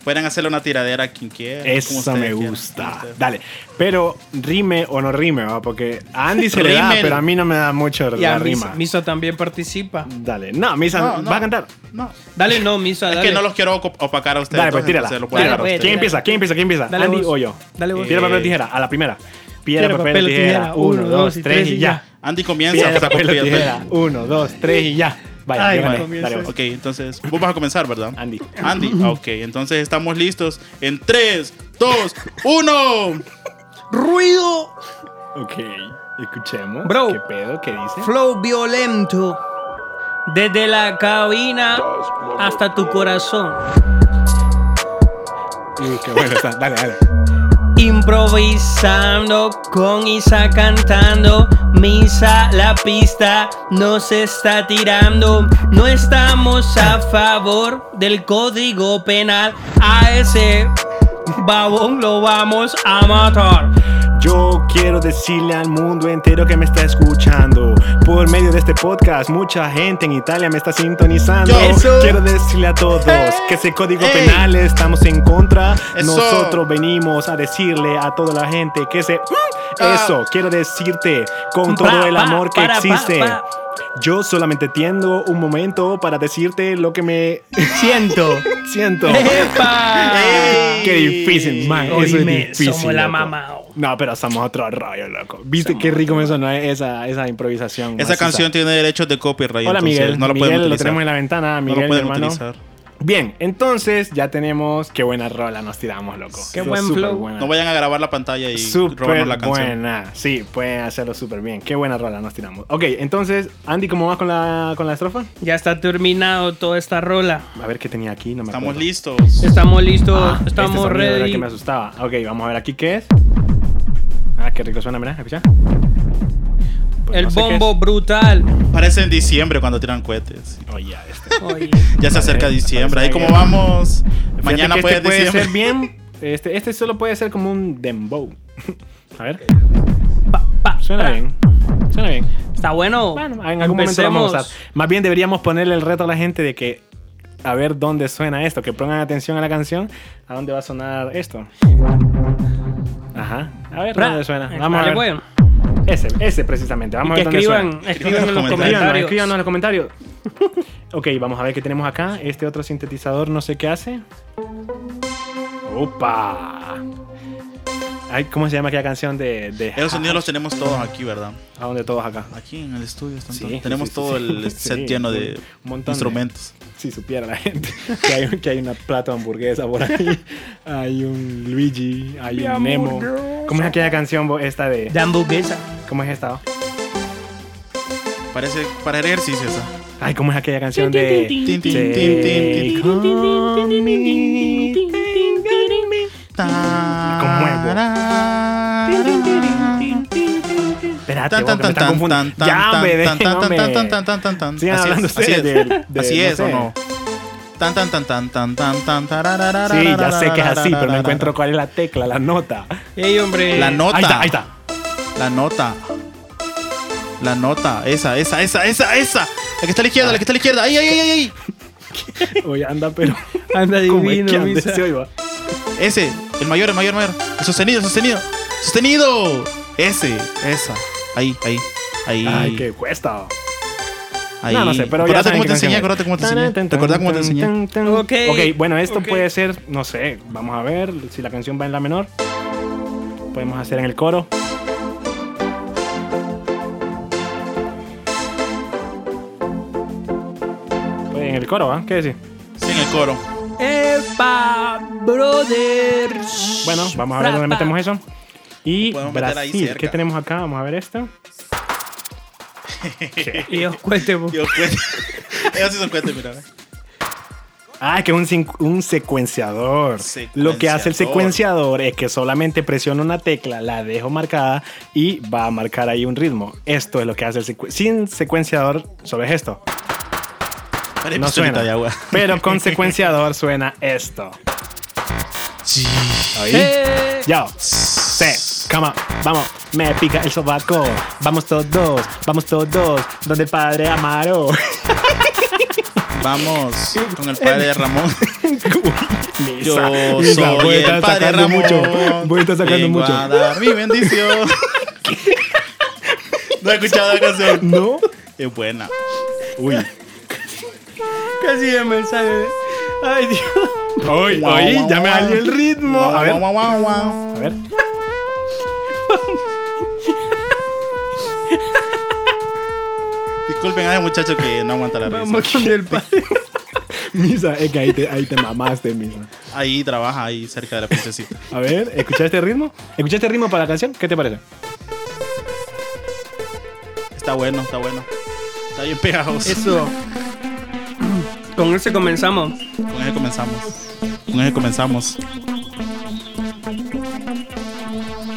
D: Pueden hacerle una tiradera a quien quiera. como
C: Esa
D: ustedes
C: me
D: quieran,
C: gusta.
D: como ustedes.
C: Dale. Pero rime o no rime, ¿va? porque a Andy se le da,
D: Rimen.
C: pero a mí no me da mucho
E: Y a
C: la
E: Misa,
C: rima.
E: Misa también participa.
C: Dale. No, Misa,
D: No, no.
C: ¿vas a cantar? Ah,
D: No,
E: Dale, no, Misa,
D: es
E: dale.
D: que no los quiero op- opacar a ustedes.
C: Dale, pues
D: entonces
C: tírala.
D: se lo pueden
C: Tírala.
E: Dale,
D: agarrar
E: pues,
D: ustedes.
C: ¿Quién empieza? ¿Quién empieza? ¿Quién empieza?
E: Dale
C: ¿Andy
E: vos.
C: o yo?
E: Dale vos.
C: Piedra, papel o tijera. A la primera. Piedra, papel, o tijera. Uno, dos, tres y ya.
D: Andy comienza.
C: Piedra,
D: o sea,
C: papel o
D: copias,
C: tijera.
D: pues.
C: Uno, dos, tres y ya. Vaya,
E: Ay,
C: yo gané.
E: comienza.
C: Dale vos.
D: Ok, entonces, vos vas a comenzar, ¿verdad?
C: Andy.
D: Andy, ah, ok, entonces estamos listos en 3, 2, 1.
E: Ruido,
C: Ok, escuchemos.
E: Bro.
C: ¿Qué pedo? ¿Qué dice?
E: flow violento. Desde la cabina hasta tu corazón.
C: Uy, qué bueno está. Dale, dale.
E: Improvisando con Isa cantando, Misa la pista nos está tirando. No estamos a favor del código penal. A ese babón lo vamos a matar.
C: Yo quiero decirle al mundo entero que me está escuchando. Por medio de este podcast, mucha gente en Italia me está sintonizando.
D: Yo.
E: Eso.
C: Quiero decirle a todos que ese código
D: Ey.
C: penal estamos en contra.
D: Eso.
C: Nosotros venimos a decirle a toda la gente que ese. Eso, quiero decirte con todo
E: Ah. Pa,
C: el
E: pa,
C: amor que
E: para, pa,
C: existe.
E: pa.
C: Yo solamente tiendo un momento para decirte lo que me
E: Siento.
C: siento.
E: ¡Epa!
C: Qué difícil, man. eso es
E: Oíme,
C: difícil.
E: somos la
C: loco.
E: mamá. oh.
C: No, pero estamos otro rollo, loco. ¿Viste qué rico me sonó esa, esa improvisación?
D: Esa
C: maciza?
D: canción tiene derechos de copyright.
C: Hola,
D: entonces
C: Miguel.
D: No la
C: Miguel,
D: pueden
C: lo
D: utilizar.
C: tenemos en la ventana.
D: no
C: Miguel,
D: lo
C: mi
D: pueden
C: hermano.
D: utilizar.
C: Bien, entonces ya tenemos. Qué buena rola nos tiramos, loco.
E: Qué
C: Estuvo
E: buen
C: súper
E: flow.
C: buena.
D: No vayan a grabar la pantalla y
C: Súper
D: robarnos la canción.
C: buena. Sí, pueden hacerlo súper bien. Qué buena rola nos tiramos. Ok, entonces, Andy, ¿cómo vas con la, con la estrofa?
E: Ya está terminado toda esta rola.
C: A ver qué tenía aquí. No me
D: Estamos
C: acuerdo.
D: listos.
E: Estamos listos,
C: Ah, este
E: estamos
C: sonido era el
E: ready.
C: que me asustaba. Ok, vamos a ver aquí qué es. Ah, qué rico suena, mira, escucha. Pues
E: El
C: no sé qué es.
E: bombo brutal.
D: Parece en diciembre cuando tiran cohetes.
C: Oye, este.
E: Oye,
D: Ya se acerca
C: Parece-
D: diciembre.
C: parece
D: Ahí como
C: que-
D: vamos.
C: Fíjate
D: Mañana
C: que
D: puede
C: este puede
D: diciembre.
C: ser bien. Este, este solo puede ser como un dembow. A ver,
E: pa, pa,
C: suena
E: pa.
C: bien. Suena bien.
E: Está bueno.
C: Bueno, en algún momento lo vamos a usar. Más bien deberíamos ponerle el reto a la gente de que a ver dónde suena esto, que pongan atención a la canción, a dónde va a sonar esto. Ajá. A ver
E: Pra.
C: dónde suena.
E: Eh,
C: Vamos
E: dale,
C: a ver.
E: pues.
C: Ese, ese precisamente. Vamos a
E: que
C: ver dónde
E: escriban,
C: suena.
E: escriban en los
C: Escríbanos,
E: comentarios.
C: escríbanos en los comentarios. ok, vamos a ver qué tenemos acá. Este otro sintetizador no sé qué hace. ¡Opa! Ay, ¿Cómo se llama aquella canción de... de
D: Esos sonidos los tenemos todos aquí, ¿verdad?
C: ¿A dónde todos acá?
D: Aquí en el estudio están
C: Sí,
D: todos.
C: sí,
D: Tenemos
C: sí,
D: todo
C: sí.
D: el set
C: Sí,
D: lleno
C: un
D: de
C: montón de-
D: instrumentos.
C: Si supiera la gente que hay, que hay una plato de hamburguesa por ahí. hay un Luigi, hay un Nemo. ¿Cómo es aquella canción vos, esta de...
E: De hamburguesa.
C: ¿Cómo es esta? oh?
D: Parece para el ejercicio esa.
C: Ay, ¿cómo es aquella canción de...
D: Tin, tin, tin, tin, tin,
C: Take on me, Espérate,
D: Tan,
C: vos,
D: tan,
C: que
D: tan, tan,
C: me están
D: tan,
C: confundiendo.
D: tan,
C: Ya, hombre,
D: tan, tan,
C: déjenme.
D: tan, tan, tan, tan, tan, tan.
C: Sigan
D: Así
C: hablando
D: es, así
C: ustedes
D: es.
C: del- de-
D: Así
C: no
D: es o
C: sé.
D: no. Tan tan tan tan tan tan tan tarararara,
C: Sí, ya sé que es así, pero no
D: tarararara.
C: encuentro cuál es la tecla, la nota.
E: Ey, hombre.
D: La nota.
C: Ahí está, ahí está.
D: La nota. La nota. Esa, esa, esa, esa, esa. La que está a la izquierda, la que está a la izquierda. Ahí, ahí, ahí, ahí.
C: Hoy anda, pero.
E: Anda
C: ¿Cómo es que
E: divino,
C: anda
E: misa.
C: ese hoy, va?
D: Ese, el mayor, el mayor, el mayor. El sostenido, el sostenido. Sostenido. Ese, esa. Ahí, ahí. Ahí.
C: Ay, qué cuesta.
D: ahí.
C: No, no sé, pero ya
D: Acordate
C: saben
D: cómo
C: qué
D: te enseñé,
C: canción es.
D: acordate cómo te
C: Tan,
D: enseñé.
C: tan,
D: ¿Te acordás cómo te
C: tan,
D: enseñé?
C: tan, tan.
E: Ok,
C: Ok, bueno, esto
E: ok.
C: puede ser, no sé, vamos a ver si la canción va en la menor. Podemos hacer en el coro. Pues En el coro, ¿ah? ¿Qué decir?
D: Sí, en el coro.
E: Epa, brothers.
C: Bueno, vamos a ver dónde
E: Rapa.
C: metemos eso. Y
D: Podemos meter ahí
C: Brasil,
D: cerca.
C: ¿qué tenemos acá? Vamos a ver esto.
E: Y os cuente, vos.
D: Dios, cuente. Ellos sí son cuentos, mira.
C: Ah, que es un, sin- un secuenciador. Lo que hace el secuenciador es que solamente presiona una tecla, la dejo marcada y va a marcar ahí un ritmo. Esto es lo que hace el secuenciador. Sin secuenciador, solo es esto.
D: Parece
C: No
D: pistolita
C: suena.
D: de agua.
C: Pero con secuenciador suena esto.
D: Sí.
C: ¿Oí? Yo. Sí, cama, vamos, me pica el sobaco. Vamos todos, vamos todos, donde el padre Amaro.
D: Vamos con el padre Ramón. Yo
C: Misa, voy
D: soy
C: a
D: el
C: estar
D: padre
C: sacando
D: Ramón.
C: mucho, voy a estar sacando
D: Vengo
C: mucho.
D: a dar mi bendición. No he escuchado la canción.
C: No.
D: Es buena. Uy.
E: Casi de mensaje. Ay, Dios.
C: Oye, oye, ya me salió el ritmo. A ver,
D: Guau, guau, guau.
C: a ver.
D: Disculpen a ese muchacho que no aguanta la risa.
E: Vamos con el padre.
C: Misa, es que ahí te, ahí te mamaste, Misa.
D: Ahí trabaja, ahí cerca de la princesita.
C: A ver, ¿escuchaste el ritmo? ¿Escuchaste el ritmo para la canción? ¿Qué te parece?
D: Está bueno, está bueno. Está bien pegajoso.
E: Eso. Con ese comenzamos.
D: Con eso comenzamos. Con eso comenzamos.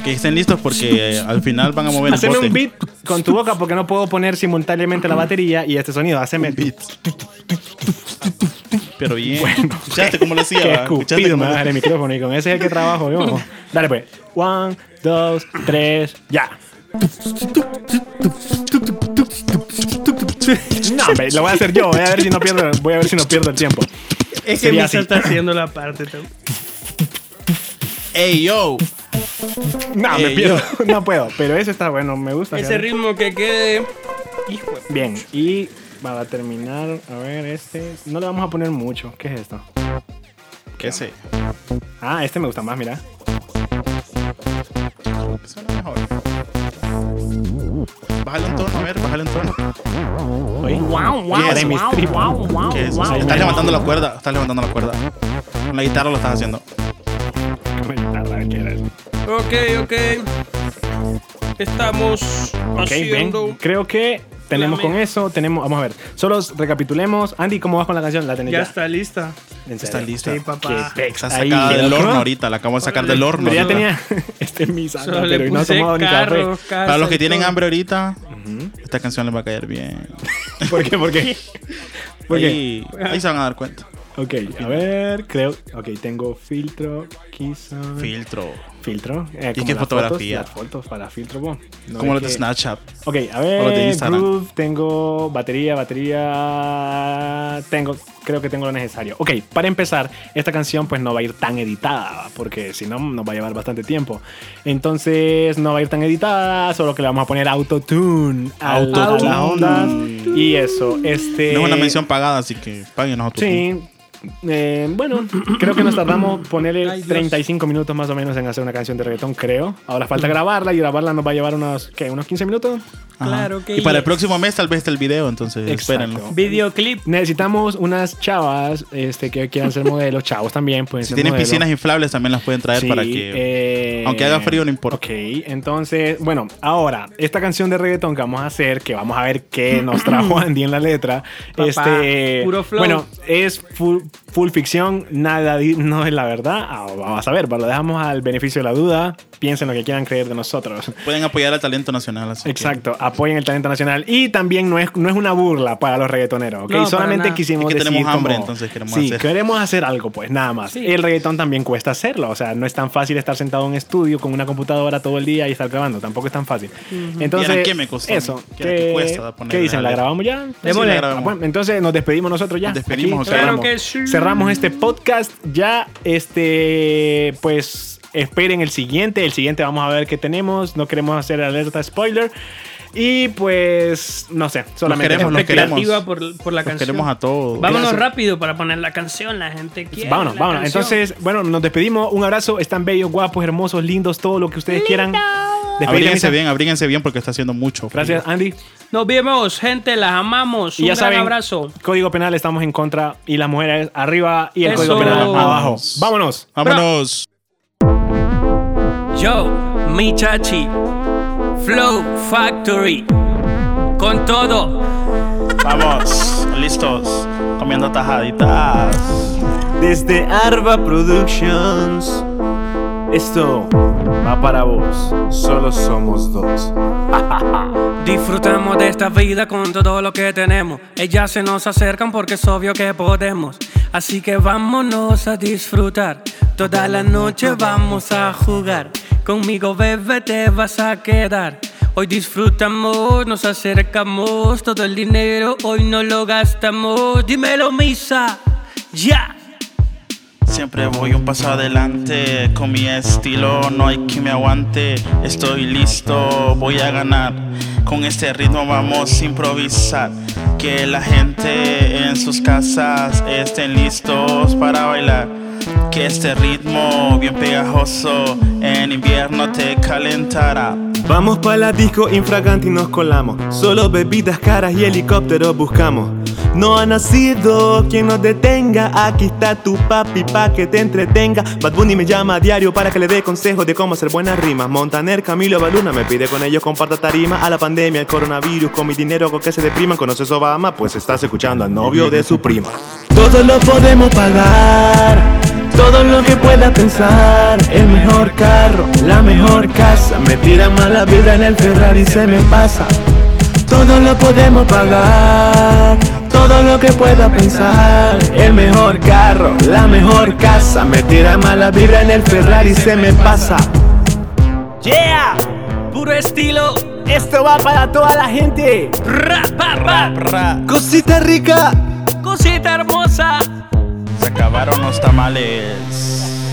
D: Que estén listos porque eh, al final van a mover el
C: Haceme
D: bote.
C: un beat con tu boca porque no puedo poner simultáneamente la batería y este sonido. Haceme beat.
D: Pero bien. ¿Escuchaste cómo lo hacía?
C: Qué
D: va? ¿Escuchaste
C: escupido
D: cómo
C: me
D: lo-
C: va a dar el micrófono y con ese es el que trabajo yo. Dale pues. One, dos, tres, ya. No, hombre, lo voy a hacer yo. Voy a ver si no pierdo, voy a ver si no pierdo el tiempo.
E: Es que
C: Sería así.
E: Misa está haciendo la parte. tam-
D: Ey, yo.
C: No, me
D: Ey,
C: pierdo. No puedo, pero ese está bueno, me gusta.
E: Ese ritmo que quede. Hijo de-
C: Bien, y para terminar, a ver, este. No le vamos a poner mucho. ¿Qué es esto?
D: ¿Qué sé?
C: Ah, este me gusta más, mira.
D: Suena mejor. Bájale un tono, a ver, bájale un tono.
C: Oye,
D: wow,
C: era mis tripas.
D: ¿Qué es?
C: Oh,
D: O sea, estás levantando la cuerda, estás levantando la cuerda. Con la guitarra lo estás haciendo.
C: ¿Qué era eso?
E: Ok, ok. Estamos
C: Ok, ven.
E: haciendo.
C: Creo que tenemos
E: Flamenco.
C: con eso. Tenemos, vamos a ver. Solo recapitulemos. Andy, ¿cómo vas con la canción? La tenés ya.
E: Ya está lista.
C: En
D: Está
C: serio.
D: lista.
E: Sí, papá.
C: Qué pex.
D: Está
C: Ahí,
D: sacada del
C: loco.
D: horno ahorita, la acabo de sacar del horno.
C: Pero ya
D: ahorita.
C: tenía este misa,
E: Solo
C: pero
E: le
C: no ha
E: puse
C: tomado ni café.
E: carros, casa
D: Para los
E: y
D: que tienen
E: todo.
D: hambre ahorita, esta canción les va a caer bien.
C: ¿Por qué? ¿Por qué? ¿Por qué?
D: Ahí, ahí se van a dar cuenta.
C: Ok, a ver, creo. Ok, tengo filtro, quiso.
D: Filtro.
C: filtro. Eh,
D: ¿Y
C: como
D: qué
C: las
D: fotografía?
C: Fotos, las fotos para filtro, vos. No
D: como los
C: es
D: de
C: que-
D: Snapchat.
C: Ok, a
D: O los de
C: ver,
D: Instagram.
C: groove, tengo batería, batería, tengo, creo que tengo lo necesario. Ok, para empezar, esta canción pues no va a ir tan editada, ¿va? porque si no nos va a llevar bastante tiempo. Entonces no va a ir tan editada, solo que le vamos a poner autotune a
D: Autotune.
C: las ondas y eso. Este,
D: no es una mención pagada, así que páguenos a tu
C: Sí. eh, bueno, creo que nos tardamos ponerle
E: Ay, Dios.
C: 35 minutos más o menos en hacer una canción de reggaetón, creo. Ahora
E: Mm.
C: falta grabarla y grabarla nos va a llevar unos, ¿qué? ¿Unos 15 minutos?
D: Ajá.
E: Claro que
D: Y para el
E: yes.
D: próximo mes tal vez esté el video, entonces
C: Exacto.
D: espérenlo.
E: Videoclip.
C: Necesitamos unas chavas este, que quieran ser modelos, chavos también. Pueden
D: Si
C: ser
D: tienen
C: modelos.
D: piscinas inflables también las pueden traer
C: Sí,
D: para que...
C: eh,
D: aunque haga frío, no importa.
C: Ok, entonces, bueno, ahora, esta canción de reggaetón que vamos a hacer, que vamos a ver qué nos trajo Andy en la letra.
E: Papá,
C: este,
E: puro flow.
C: Bueno, es full, full ficción, nada, di- no es la verdad. Ah, vamos a ver, lo dejamos al beneficio de la duda. Piensen lo que quieran creer de nosotros.
D: Pueden apoyar al talento nacional. así que-
C: Exacto, apoyen el talento nacional y también no es, no es una burla para los reggaetoneros, ¿ok?
E: No, para
C: Solamente
E: nada.
C: quisimos
D: Es que
C: decir
D: tenemos hambre,
C: como-
D: entonces queremos
C: sí,
D: hacer.
C: queremos hacer algo, pues nada más.
E: Sí.
C: El reggaetón también cuesta hacerlo, o sea, no es tan fácil estar sentado en un estudio con una computadora todo el día y estar grabando, tampoco es tan fácil. Entonces,
D: Vieran qué me costó,
C: eso,
D: qué era que
C: ¿qué-
D: cuesta ponerle
C: ¿qué dicen? ¿La
D: la letra.
C: grabamos ya? Ah,
E: Démosle.
D: la grabamos.
C: Bueno, entonces nos despedimos nosotros ya.
D: Nos despedimos, ok.
C: Aquí
E: Claro
C: cerramos.
E: que sí.
C: Cerramos este podcast ya, este, pues esperen el siguiente, el siguiente vamos a ver qué tenemos, no queremos hacer alerta spoiler y pues no sé, solamente
D: queremos,
C: eso.
D: los queremos.
E: Expectativa por, por la
D: Los
E: canción.
D: queremos a todos.
E: Vámonos
C: Gracias.
E: rápido para poner la canción. La gente quiere.
C: Pues, Vámonos,
E: la
C: vámonos.
E: canción.
C: Entonces, bueno, nos despedimos. Un abrazo. Están bellos, guapos, hermosos, lindos, todo lo que ustedes quieran. Despedite,
D: Abríguense
C: Misa.
D: bien, abríguense bien porque está haciendo mucho. frío.
C: Gracias, Andy.
E: Nos vemos, gente. Las amamos.
C: Y
E: Un
C: ya
E: gran
C: saben,
E: abrazo.
C: Código penal estamos en contra y las mujeres arriba y el
E: Eso.
C: código penal abajo.
D: Vamos.
C: Vámonos.
D: Vámonos.
E: Yo, mi chachi.
F: Flow Factory.
E: Con todo.
D: Vamos, listos, comiendo tajaditas.
G: Desde Arba Productions, esto va para vos. Solo somos dos.
E: Disfrutamos de esta vida con todo lo que tenemos. Ellas se nos acercan porque es obvio que podemos. Así que vámonos a disfrutar. Toda la noche vamos a jugar. Conmigo, bebé, te vas a quedar. Hoy disfrutamos, nos acercamos, todo el dinero hoy no lo gastamos. Dímelo, misa, ya.
D: Siempre voy un paso adelante, con mi estilo no hay quien me aguante. Estoy listo, voy a ganar. Con este ritmo vamos a improvisar. Que la gente en sus casas estén listos para bailar. Que este ritmo bien pegajoso en invierno te calentará.
G: Vamos pa' la disco infragante y nos colamos. Solo bebidas caras y helicópteros buscamos. No ha nacido quien nos detenga. Aquí está tu papi pa' que te entretenga. Bad Bunny me llama a diario para que le dé consejos de cómo hacer buenas rimas. Montaner, Camilo, Baluna me pide con ellos comparta tarima. A la pandemia, el coronavirus, con mi dinero, con que se depriman. ¿Conoces Obama? Pues estás escuchando al novio de su prima. Todos lo podemos pagar. Todo lo que pueda pensar, el mejor carro, la mejor casa. Me tira mala vida en el Ferrari y se me pasa. Todo lo podemos pagar, todo lo que pueda pensar, el mejor carro, la mejor casa. Me tira mala vibra en el Ferrari y se me pasa.
E: Yeah, puro estilo.
G: Esto va para toda la gente.
E: Ra, pa, ra.
G: Cosita rica.
E: Cosita hermosa.
D: Se acabaron los tamales.